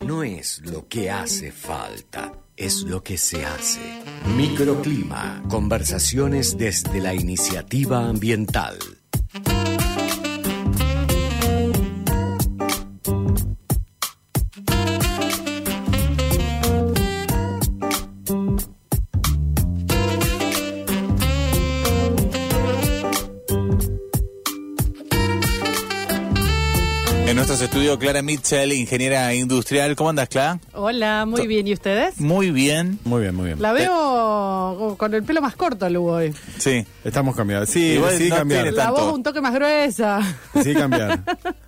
no es lo que hace falta, es lo que se hace. Microclima, conversaciones desde la iniciativa ambiental. En nuestros estudios, Clara Mitchell, ingeniera industrial. ¿Cómo andas, Clara? Hola, muy bien. ¿Y ustedes? Muy bien. Muy bien, muy bien. La veo con el pelo más corto, Lugo, hoy. Sí. Estamos cambiando. Sí, Igual decidí no cambiar. tiene La tanto. voz un toque más gruesa. Decidí cambiar.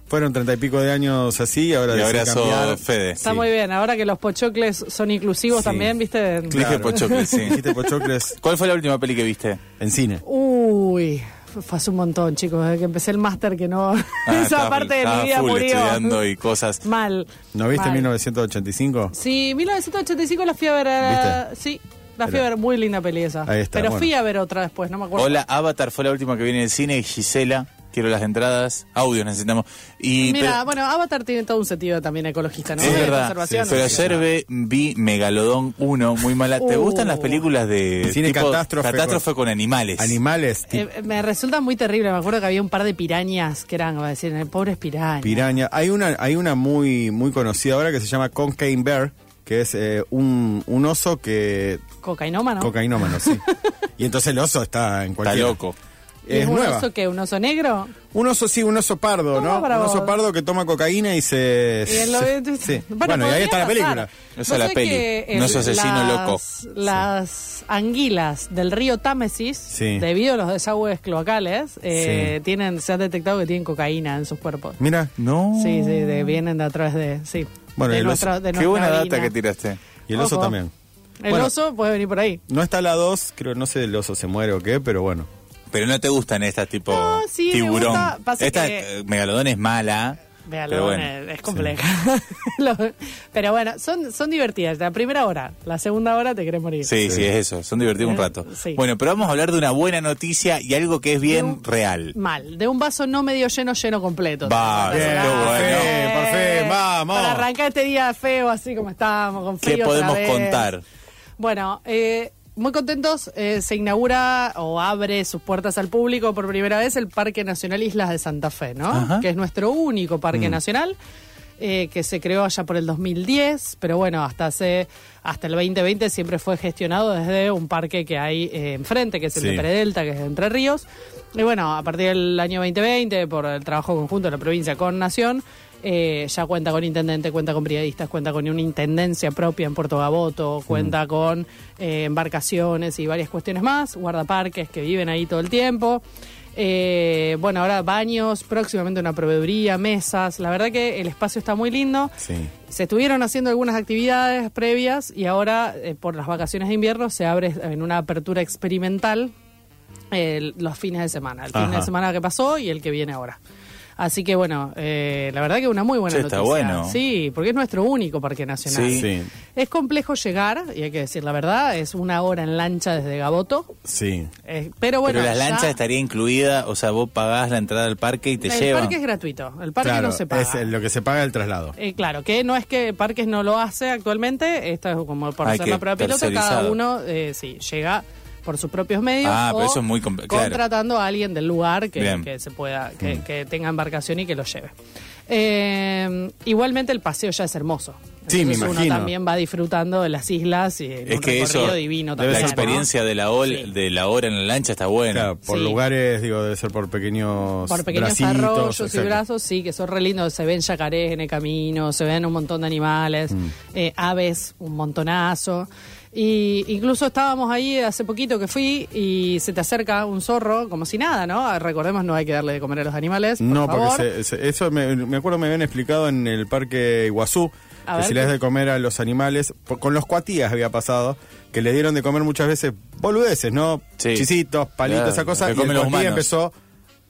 Fueron treinta y pico de años así y ahora Y decidí ahora sos cambiar. Fede. Está muy bien. Ahora que los pochocles son inclusivos Sí. también, ¿viste? Dije pochocles, sí. Dijiste pochocles ¿Cuál fue la última peli que viste? en cine. Uy, fue hace un montón, chicos. Desde que empecé el máster que no... Ah, Esa estaba- parte de mi estaba vida full murió. estudiando y cosas. Mal. ¿No viste mal. 1985? Sí, 1985 la fui a ver. a- Sí, la fui a Era- ver. Muy linda peli esa. Ahí está, Pero bueno. fui a ver otra después, no me acuerdo. Hola, Avatar fue la última que viene en el cine. Gisela, quiero las entradas. Audios necesitamos. Y Mira, pero- bueno, Avatar tiene todo un sentido también ecologista, ¿no? es De verdad. conservación, pero no sé qué. ayer ve- vi Megalodón 1, muy mala. ¿Te Uh. gustan las películas de Cine catástrofe catástrofe con, con- animales? Animales, tipo Eh, me resulta muy terrible. Me acuerdo que había un par de pirañas que eran, como decir, eh, pobres pirañas. piraña. Hay una, hay una muy, muy conocida ahora que se llama Cocaine Bear, que es eh, un, un oso que. Cocainómano. Cocainómano, sí. y entonces el oso está en Está cualquier. loco. ¿Y es Es un nueva. oso que un oso negro. Un oso, sí, un oso pardo, Toma ¿no? para un oso vos. pardo que toma cocaína y se. Y él lo ve- se- sí. Bueno, y ahí podría está la película. pasar. Esa Vos es la sabés peli, que no es asesino las- loco. Las anguilas del río Támesis, Sí. debido a los desagües cloacales, eh, tienen, se ha detectado que tienen cocaína en sus cuerpos. Mira, No. Sí, sí, de- vienen de atrás de. Sí. Bueno, de y el nuestra- oso- de Qué nuestra buena data orina. que tiraste. y el oso Ojo. también. El Bueno. oso puede venir por ahí. No está la 2, creo, no sé el oso se muere o qué, pero bueno. Pero no te gustan estas tipo No, sí, me tiburón. gusta. Pasa Esta que- eh, megalodón es mala. Véalo, pero bueno. eh, es compleja. Lo- pero bueno, son, son divertidas. La primera hora, la segunda hora te querés morir. Sí, sí, es eso. Son divertidos un Eh, rato. sí. Bueno, pero vamos a hablar de una buena noticia y algo que es bien real. Mal, de un vaso no medio lleno, lleno completo. Va, Te bien, vas a qué hacer, bueno. eh, Por fin, por fin, vamos. Para arrancar este día feo, así como estábamos, con frío ¿Qué otra podemos vez. contar? Bueno, eh, muy contentos, eh, se inaugura o abre sus puertas al público por primera vez el Parque Nacional Islas de Santa Fe, ¿no? Ajá. Que es nuestro único parque nacional, eh, que se creó allá por el 2010, pero bueno, hasta hace hasta el 2020 siempre fue gestionado desde un parque que hay eh, enfrente, que es el Sí. de Predelta, que es de Entre Ríos. Y bueno, a partir del año 2020, por el trabajo conjunto de la provincia con Nación, eh, ya cuenta con intendente, cuenta con brigadistas, cuenta con una intendencia propia en Puerto Gaboto, cuenta con eh, embarcaciones y varias cuestiones más, guardaparques que viven ahí todo el tiempo. Eh, bueno, ahora baños, próximamente una proveeduría, mesas. La verdad que el espacio está muy lindo. Sí. Se estuvieron haciendo algunas actividades previas y ahora, eh, por las vacaciones de invierno, se abre en una apertura experimental eh, los fines de semana. El fin Ajá. de semana que pasó y el que viene ahora. Así que bueno, eh, la verdad que una muy buena Sí, está noticia. bueno. Sí, porque es nuestro único parque nacional. Sí. Sí. Es complejo llegar, y hay que decir la verdad, es una hora en lancha desde Gaboto. Sí. eh, pero bueno, pero las ya- lanchas estaría incluida, o sea, vos pagás la entrada al parque y te el llevan. parque es gratuito, el parque claro, no se paga. es eh, lo que se paga el traslado. Eh, claro, que no es que Parques no lo hace actualmente, esto es como por Ah, hacer que la prueba piloto, cada tercerizado. uno eh, sí, llega por sus propios medios Ah, o pero eso es muy compl- claro. contratando a alguien del lugar que, Bien. Mm. que se pueda, que, que tenga embarcación y que lo lleve. Eh, igualmente el paseo ya es hermoso. Sí, me Entonces imagino. Uno también va disfrutando de las islas y en Es un que recorrido eso, divino la también. ¿no? experiencia de, la ol- Sí. de la hora en la lancha está buena. Claro, por Sí. lugares, digo, debe ser por pequeños Por pequeños bracitos, arroyos y etcétera. brazos, sí, que son re lindos. Se ven yacarés en el camino, se ven un montón de animales, Mm. eh, aves, un montonazo. Y incluso estábamos ahí hace poquito que fui y se te acerca un zorro como si nada, ¿no? Recordemos, no hay que darle de comer a los animales. por No, favor. porque se- se- eso me, me acuerdo me habían explicado en el parque Iguazú, A que ver, si le das ¿qué? de comer a los animales, por- con los cuatías había pasado, que le dieron de comer muchas veces boludeces, ¿no? Sí. Chisitos, palitos, Claro, esa lo cosa, que y el comen los cuatí humanos. empezó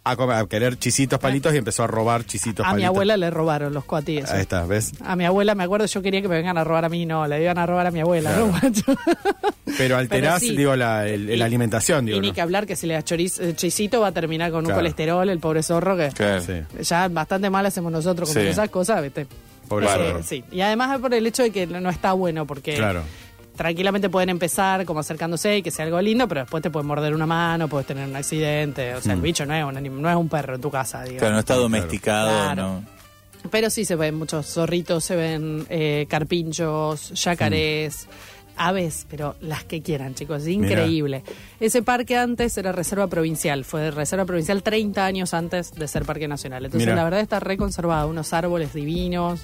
a, comer- a querer chisitos, palitos y empezó a robar chisitos, A mi palitos. abuela le robaron los coatíes. Ahí está, ¿ves? A mi abuela, me acuerdo, yo quería que me vengan a robar a mí, no, le iban a robar a mi abuela, ¿no, guacho? Pero alterás, sí. digo, la el- Y- la alimentación, digo. Y ni ¿no? que hablar que si le das choriz- eh, chisito va a terminar con un Claro. colesterol, el pobre zorro que Claro. Sí. ya bastante mal hacemos nosotros con Sí. esas cosas, ¿viste? Pobre Eh, zorro. sí. Y además por el hecho de que no no está bueno, porque Claro. tranquilamente pueden empezar como acercándose y que sea algo lindo, pero después te pueden morder una mano, puedes tener un accidente. O sea, el bicho no es un anim- no es un perro en tu casa, digamos. Mm. Claro, no está domesticado, Claro. no. Pero sí se ven muchos zorritos, se ven eh, carpinchos, yacarés, aves, pero las que quieran, chicos, es increíble. Ese parque antes era reserva provincial, fue reserva provincial 30 años antes de ser parque nacional. Entonces, Mirá. la verdad está reconservado, unos árboles divinos,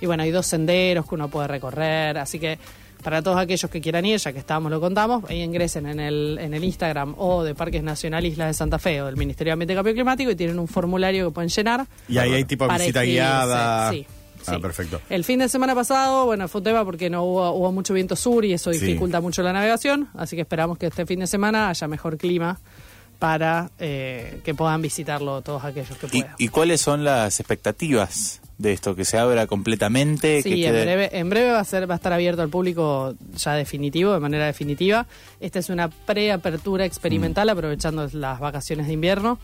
y bueno, hay dos senderos que uno puede recorrer, así que... Para todos aquellos que quieran ir, ya que estábamos, lo contamos, ahí ingresen en el, en el Instagram o de Parques Nacional Islas de Santa Fe o del Ministerio de Ambiente y Cambio Climático y tienen un formulario que pueden llenar Y ahí hay tipo para visita elegirse, guiada. Sí. Ah, sí. perfecto. El fin de semana pasado, bueno, fue un tema porque no hubo, hubo mucho viento sur y eso Sí. dificulta mucho la navegación, así que esperamos que este fin de semana haya mejor clima para eh, que puedan visitarlo todos aquellos que ¿Y, puedan. y cuáles son las expectativas de esto? Que se abra completamente, que Sí, en quede- breve, en breve va a ser va a estar abierto al público ya definitivo, de manera definitiva. Esta es una preapertura Mm. experimental, aprovechando las vacaciones de invierno,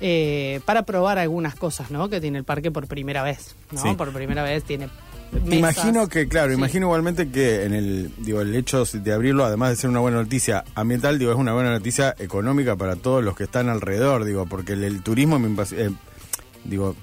eh, para probar algunas cosas, ¿no? Que tiene el parque por primera vez, ¿no? Sí. Por primera vez tiene Me mesas. Imagino que, claro, Sí. imagino igualmente que en el, digo, el hecho de abrirlo, además de ser una buena noticia ambiental, digo, es una buena noticia económica para todos los que están alrededor, digo, porque el, el turismo, me impas- eh, digo,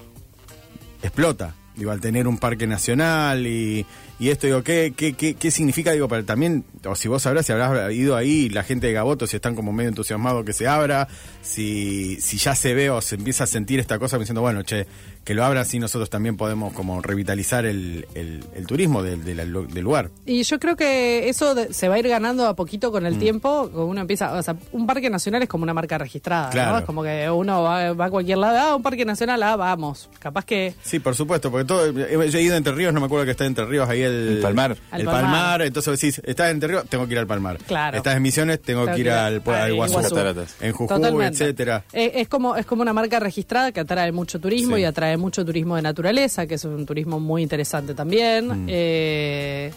explota, digo, al tener un parque nacional y, y esto, digo, ¿qué, qué, qué, qué significa, digo, para también, o si vos sabrás, si habrás ido ahí, la gente de Gaboto, si están como medio entusiasmados que se abra, si, si ya se ve o se empieza a sentir esta cosa diciendo, bueno, che, que lo abran, así nosotros también podemos como revitalizar el, el, el turismo del, del- del lugar. Y yo creo que eso de- se va a ir ganando a poquito con Mm. el tiempo. como Uno empieza, o sea, un parque nacional es como una marca registrada, Claro. ¿no? Es como que uno va, va a cualquier lado, ah, un parque nacional, ah, vamos. Capaz que Sí, por supuesto, porque todo. eh, Yo he ido a Entre Ríos, no me acuerdo que está en Entre Ríos, ahí el. El Palmar. Al El Palmar, Palmar. entonces decís, estás en Entre Ríos, tengo que ir al Palmar. Claro. Estás en Misiones, tengo, que ir al, pu- al al Guazú. Iguazú. Cataratas. En Jujuy, Totalmente. etcétera. Eh, Es, como, es como una marca registrada que atrae mucho turismo Sí. y atrae mucho turismo de naturaleza, que es un turismo muy interesante también. Mm. Eh,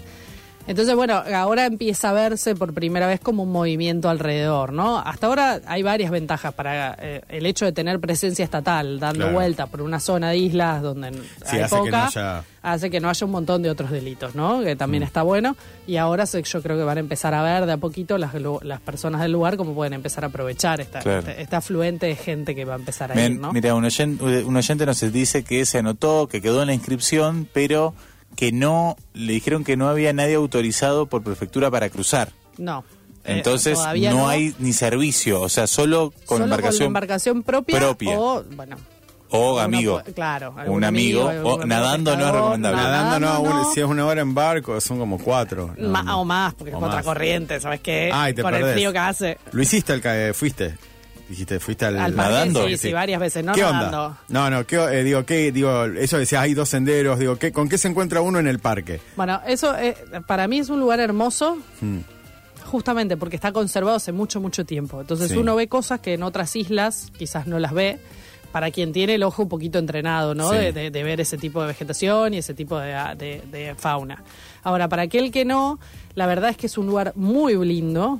entonces, bueno, ahora empieza a verse por primera vez como un movimiento alrededor, ¿no? Hasta ahora hay varias ventajas para eh, el hecho de tener presencia estatal, dando Claro. vueltas por una zona de islas donde hay hace que poca, no haya- hace que no haya un montón de otros delitos, ¿no? Que Mm. también está bueno. Y ahora se- yo creo que van a empezar a ver de a poquito las, lu- las personas del lugar cómo pueden empezar a aprovechar esta, Claro. este, este afluente de gente que va a empezar a ir, Men- ¿no? Mira, un oyen- eh, un oyente, nos dice que se anotó, que quedó en la inscripción, pero que no, le dijeron que no había nadie autorizado por prefectura para cruzar. No. Eh, Entonces todavía no, hay ni servicio, o sea, solo con Solo embarcación. embarcación propia, propia. o, bueno, O Uno amigo. puede- claro, Un algún amigo. amigo, o algún nadando no es pescador, recomendable. nada. Nadando, no, Nadando, un- no. si es una hora en barco, son como cuatro. No, Ma- no. o más, porque es O más. contracorriente, ¿sabes qué? Ay, te Con el perdés. frío que hace. Lo hiciste al que fuiste. Dijiste, fuiste al. Al parque, Nadando. sí, sí, varias veces, no ¿Qué nadando. onda? No, no, ¿qué, eh, digo, ¿qué, digo, eso decía, hay dos senderos, digo, ¿qué, ¿con qué se encuentra uno en el parque? Bueno, eso eh, para mí es un lugar hermoso. Mm. Justamente porque está conservado hace mucho, mucho tiempo. Entonces Sí. uno ve cosas que en otras islas quizás no las ve. Para quien tiene el ojo un poquito entrenado, ¿no? Sí. De, de- de ver ese tipo de vegetación y ese tipo de, ah, de- de fauna. Ahora, para aquel que no, la verdad es que es un lugar muy lindo,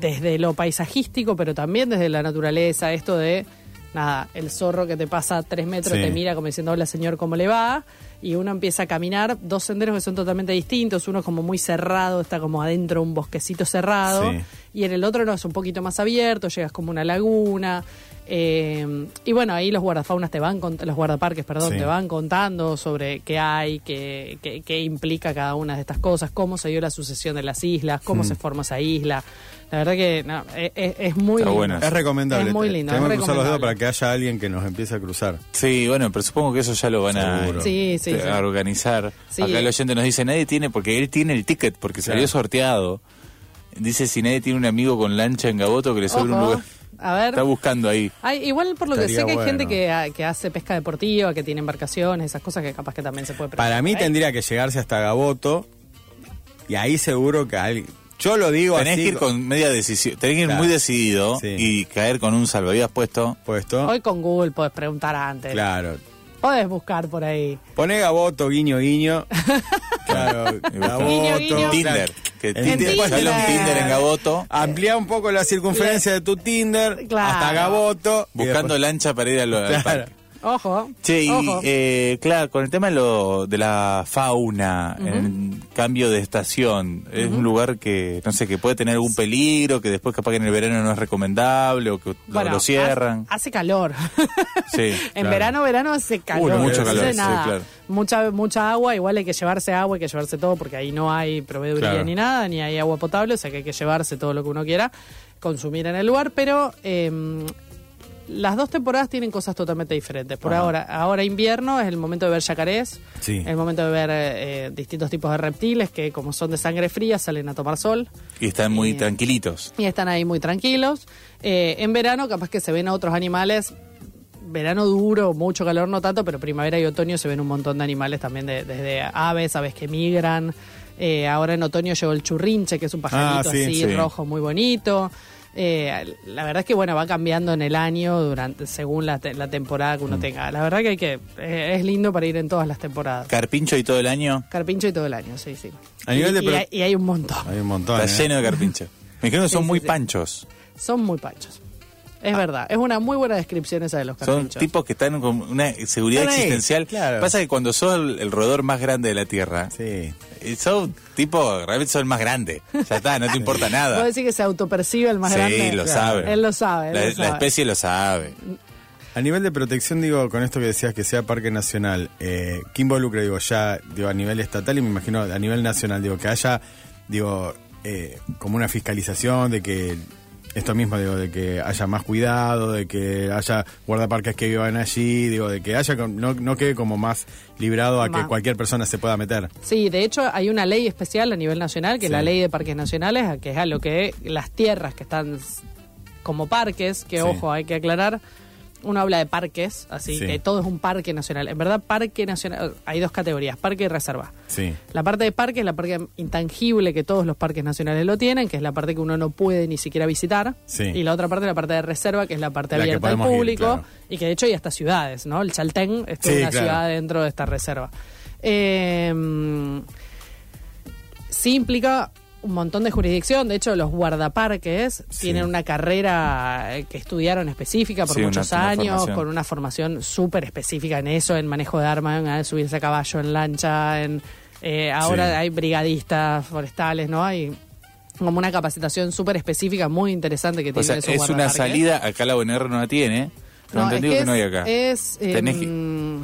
desde lo paisajístico, pero también desde la naturaleza, esto de nada, el zorro que te pasa a tres metros Sí. te mira como diciendo, hola señor, ¿cómo le va? Y uno empieza a caminar, dos senderos que son totalmente distintos, uno es como muy cerrado, está como adentro un bosquecito cerrado, Sí. y en el otro no es un poquito más abierto, llegas como a una laguna. eh, y bueno, ahí los guardafaunas te van, cont- los guardaparques, perdón, Sí. te van contando sobre qué hay, qué, qué- qué implica cada una de estas cosas, cómo se dio la sucesión de las islas, cómo se formó esa isla. La verdad que no, es, es- es muy Está lindo. bueno. Es recomendable. Es muy te- lindo. Tenemos es que cruzar los dedos para recomendable. que haya alguien que nos empiece a cruzar. Sí, bueno, pero supongo que eso ya lo van a, Seguro. Sí, sí, te- sí. a organizar. Sí. Acá el oyente nos dice, nadie tiene, porque él tiene el ticket, porque salió Claro. sorteado. Dice si nadie tiene un amigo con lancha en Gaboto que le sobre un Ojo, lugar. A ver. Está buscando ahí. Ay, igual por lo que Estaría sé que hay bueno. gente que, ah, que hace pesca deportiva, que tiene embarcaciones, esas cosas que capaz que también se puede Para mí preguntar. tendría que llegarse hasta Gaboto y ahí seguro que alguien... Yo lo digo Tenés así, que ir con media decisión, tenés que ir Claro. muy decidido Sí. y caer con un salvavidas puesto. puesto. Hoy con Google podés preguntar antes. Claro. Podés buscar por ahí. Pone Gaboto, guiño, guiño. claro, Guiño, Gaboto. guiño. claro. Tinder. Que En Tinder, Tinder. sale un Tinder en Gaboto Amplía un poco la circunferencia de tu Tinder Claro. hasta Gaboto. y buscando después- lancha para ir al, al Claro. parque. Ojo. Che, y ojo. eh, claro, con el tema de, lo, de la fauna, el cambio de estación, es un lugar que, no sé, que puede tener algún peligro, que después capaz que en el verano no es recomendable o que lo- Bueno, ah, lo, cierran. ha- Hace calor. Sí, en claro. verano, verano hace calor. no, mucho no calor, hace sí, nada. claro. mucha, mucha agua, igual hay que llevarse agua, hay que llevarse todo, porque ahí no hay proveeduría Claro. ni nada, ni hay agua potable, o sea que hay que llevarse todo lo que uno quiera, consumir en el lugar, pero eh, las dos temporadas tienen cosas totalmente diferentes. Por ahora, ahora invierno es el momento de ver yacarés, Sí. el momento de ver eh, eh, distintos tipos de reptiles que como son de sangre fría salen a tomar sol Y están muy Eh, tranquilitos. y están ahí muy tranquilos. Eh, en verano, capaz que se ven a otros animales. Verano duro, mucho calor, no tanto, pero primavera y otoño se ven un montón de animales también, de- desde aves, aves que migran. Eh, ahora en otoño llegó el churrinche, que es un pajarito Ah, sí, así, sí. rojo, muy bonito. Eh, la verdad es que, bueno, va cambiando en el año durante según la, te- la temporada que Mm. uno tenga. La verdad que hay que eh, es lindo para ir en todas las temporadas. Carpincho y todo el año Carpincho y todo el año, sí, sí. A nivel y, de y pro- hay, y hay un montón. Hay un montón. está ¿eh? lleno de carpincho. Me dijeron que son Sí, sí, muy sí. panchos. Son muy panchos. Es verdad, es una muy buena descripción esa de los Ah. Son carpinchos. tipos que están con una seguridad Están ahí, existencial. claro. Pasa que cuando sos el, el roedor más grande de la Tierra, Sí. eh, son tipo, realmente son el más grande. Ya está, no te importa nada. Puedo decir que se autopercibe el más sí, grande. lo Claro. sabe. Él lo sabe. él La, lo la sabe. especie lo sabe. A nivel de protección, digo, con esto que decías que sea parque nacional, eh, ¿qué involucra, digo, ya digo, a nivel estatal y me imagino a nivel nacional, digo, que haya, digo, eh, como una fiscalización de que esto mismo, digo, de que haya más cuidado, de que haya guardaparques que vivan allí, digo, de que haya, con- no, no quede como más librado a Más. que cualquier persona se pueda meter. Sí, de hecho hay una ley especial a nivel nacional, que es la ley de parques nacionales, a que es a lo que las tierras que están s- como parques, que Sí. ojo, hay que aclarar, uno habla de parques, así Sí. que todo es un parque nacional. En verdad, parque nacional, hay dos categorías, parque y reserva. Sí. La parte de parque es la parte intangible que todos los parques nacionales lo tienen, que es la parte que uno no puede ni siquiera visitar. Sí. Y la otra parte es la parte de reserva, que es la parte La que abierta al podemos ir, público. claro. Y que de hecho hay hasta ciudades, ¿no? El Chaltén es toda Sí, una claro. ciudad dentro de esta reserva. Eh, sí implica un montón de jurisdicción. De hecho, los guardaparques tienen una carrera eh, que estudiaron específica por Sí, una- muchos una años, formación. con una formación súper específica en eso, en manejo de armas, en eh, subirse a caballo, en lancha, en eh, ahora Sí. hay brigadistas forestales, ¿no? Hay como una capacitación súper específica, muy interesante que O tienen sea, esos es una guardaparques. salida, acá la UNR no la tiene. No, es entendido que, no hay acá. Es, eh, Tenés que-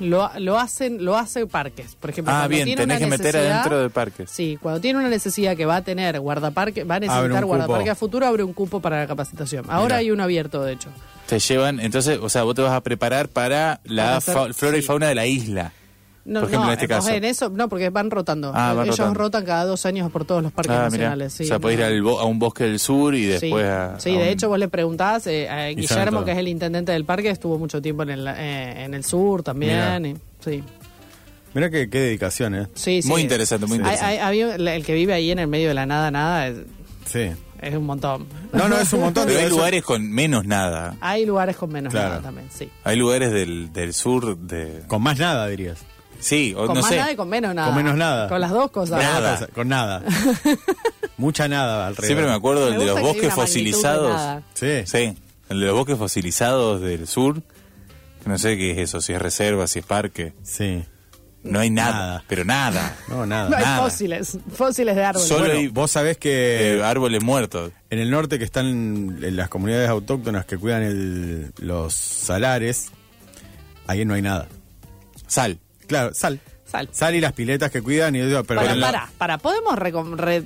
lo, lo hacen lo hace parques, por ejemplo. ah, cuando bien, tiene tenés que una meter necesidad- adentro del parque. Sí, cuando tiene una necesidad que va a tener guardaparque, va a Abre necesitar un guardaparque cupo. a futuro, abre un cupo para la capacitación. Ahora Mirá. hay uno abierto, de hecho. Te llevan, entonces, o sea, vos te vas a preparar para la Para hacer- fa- flora y sí. fauna de la isla. No, Por ejemplo, no, en este vos caso. en eso, no, porque van rotando. Ah, van Ellos rotando. rotan cada dos años por todos los parques Ah, mirá. nacionales. sí, o sea, podés ir no. al bo- a un bosque del sur y Sí. después a. Sí, a de un- hecho vos le preguntabas eh, a Guillermo, todo. que es el intendente del parque, estuvo mucho tiempo en el, eh, en el sur también. y- sí, Mirá que- qué dedicación, ¿eh? sí, sí. Muy interesante, muy Hay- interesante. hay- había- el que vive ahí en el medio de la nada, nada, es, Sí. es un montón. No, no, es un montón. Pero digo, hay eso- lugares con menos nada. Hay lugares con menos Claro. nada también, sí. Hay lugares del, del sur de. Con más nada, dirías. Sí, o Con no más sé. nada y con menos nada. Con menos nada. Con las dos cosas. Nada. Con nada. Mucha nada alrededor. Siempre me acuerdo del Me de los gusta que bosques hay una magnitud de fosilizados. nada. Sí. Sí, el de los bosques fosilizados del sur. que No sé qué es eso, si es reserva, si es parque. Sí. No hay nada, Nada. pero nada. No, No hay nada. Nada. fósiles, fósiles de árboles. Solo Bueno, hay- vos sabés que Eh, árboles muertos. en el norte que están en las comunidades autóctonas que cuidan el- los salares, ahí no hay nada. Sal. Claro, sal. Sal. Sal y las piletas que cuidan. Y, pero para, pero la- para, para, podemos recom- re-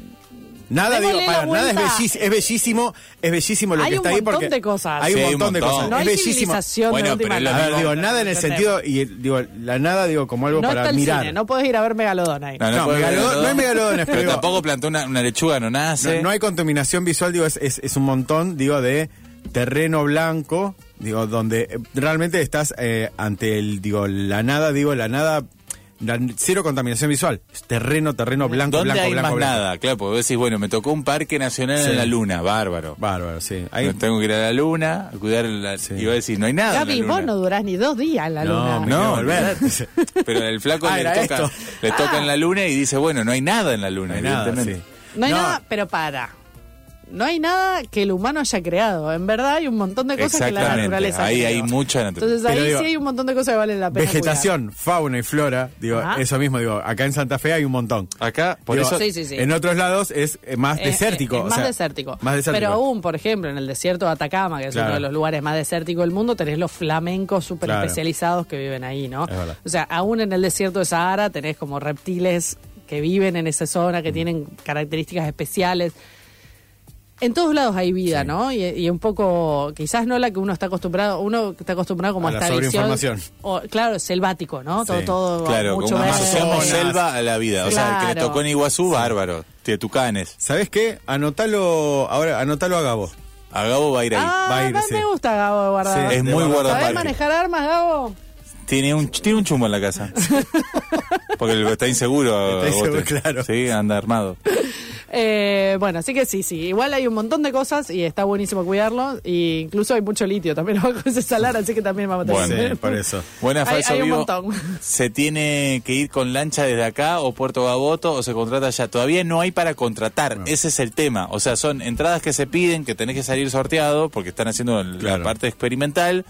nada, digo, Démosle para, la nada es vuelta. bellísimo, es bellísimo, es bellísimo lo Hay que un está ahí montón porque de cosas. Hay Sí, un hay un montón de montón. cosas. No es hay bellísimo. civilización Bueno, de última pero es lo A ver, mismo. digo, nada en el sentido y digo, la nada digo como algo No para está el mirar. cine, no podés ir a ver Megalodón ahí. No, puede haber megalodón- megalodón. no hay megalodones, pero pero- tampoco plantó una, una lechuga, no nace. No, no hay contaminación visual, digo, es, es, es un montón, digo, de terreno blanco, digo, donde eh, realmente estás eh, ante el, digo, la nada, digo, la nada, la- cero contaminación visual. Es terreno, terreno blanco, ¿Dónde blanco, hay blanco, más blanco. nada? Claro, porque vos decís, bueno, me tocó un parque nacional Sí. en la luna, bárbaro. Bárbaro, sí. Ahí- Yo Tengo que ir a la luna, a cuidar la... Sí. Y va a decir, no hay nada en la Gaby, vos luna. no durás ni dos días en la no, luna. me quiero No, volver. Pero el flaco Ah, le, era toca, esto. le toca en la luna y dice, bueno, no hay nada en la luna, No hay nada, evidentemente. sí. No hay No. nada, pero para. no hay nada que el humano haya creado. En verdad hay un montón de cosas que la Exactamente, naturaleza ahí creó. hay mucha naturaleza. Entonces ahí Pero digo, sí hay un montón de cosas que valen la pena Vegetación, fauna y flora, digo, Ajá. eso mismo, digo, acá en Santa Fe hay un montón. Acá, por Digo, eso. Sí, sí, sí. En otros lados es eh, más cuidar. Eh, desértico. eh, o más sea, desértico. Más desértico. Pero aún, por ejemplo, en el desierto de Atacama, que es Claro. uno de los lugares más desérticos del mundo, tenés los flamencos súper Claro. especializados que viven ahí, ¿no? Es verdad. O sea, aún en el desierto de Sahara tenés como reptiles que viven en esa zona, Mm. que tienen características especiales. En todos lados hay vida, ¿no? Y, y un poco, quizás no la que uno está acostumbrado, uno está acostumbrado como A a la esta visión. sobreinformación. o- claro, selvático, ¿no? Todo, Sí. todo Claro, mucho como verde. asociamos Amazonas. selva a la vida. O sea, el que le Claro. tocó en Iguazú, bárbaro. Tiene tucanes. ¿Sabes qué? Anotalo, ahora, anotalo a Gabo. A Gabo va a ir ahí. Ah, va a ir, más sí. me gusta Gabo de guardar. Sí, es muy ¿Sabés guardaparque. manejar armas, Gabo? Tiene un, tiene un chumbo en la casa. Porque el- está inseguro. Está inseguro, Bote. claro. Sí, anda armado. Eh, bueno, así que sí, sí. Igual hay un montón de cosas y está buenísimo cuidarlo. Y incluso hay mucho litio también abajo de ese salar, así que también vamos a tener. Bueno. Sí, por eso. Buena Hay- falso hay un vivo. montón. ¿Se tiene que ir con lancha desde acá o Puerto Gaboto o se contrata allá? Todavía no hay para contratar, ese es el tema. O sea, son entradas que se piden, que tenés que salir sorteado, porque están haciendo el- Claro. la parte experimental,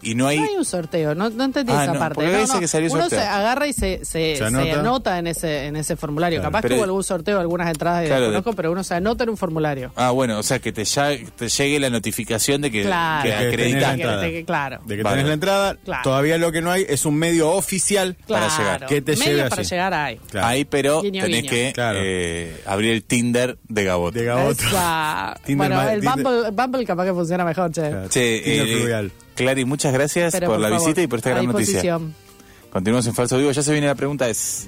y no hay... No hay un sorteo, no, no entendí Ah, esa no, parte. porque No, dice no. que salió Uno sorteo. se agarra y se, se, se anota. anota. en ese en ese formulario. Claro, Capaz pero- que hubo algún sorteo, algunas entradas de Claro, de- desconozco, pero uno se anota en un formulario. Ah, bueno, o sea, que te, ya- te llegue la notificación de que, Claro. que De que tenés la acreditaste. entrada. Que- que- claro. De que Vale. tenés la entrada, Claro. todavía lo que no hay es un medio oficial. Para Claro. llegar. Que te Medios lleve para allí. llegar hay. Claro. Ahí, pero Guiño, tenés guiño. que Claro. eh, abrir el Tinder de Gaboto. De Gaboto. Esa- Tinder Bueno, ma- el Tinder- Bumble, Bumble capaz que funciona mejor, che. Claro. Che, eh, Tinder fluvial. Clary, muchas gracias Pero, por, la favor, visita y por esta a gran noticia. disposición. Continuamos en Falso Vivo. Ya se viene la pregunta, es...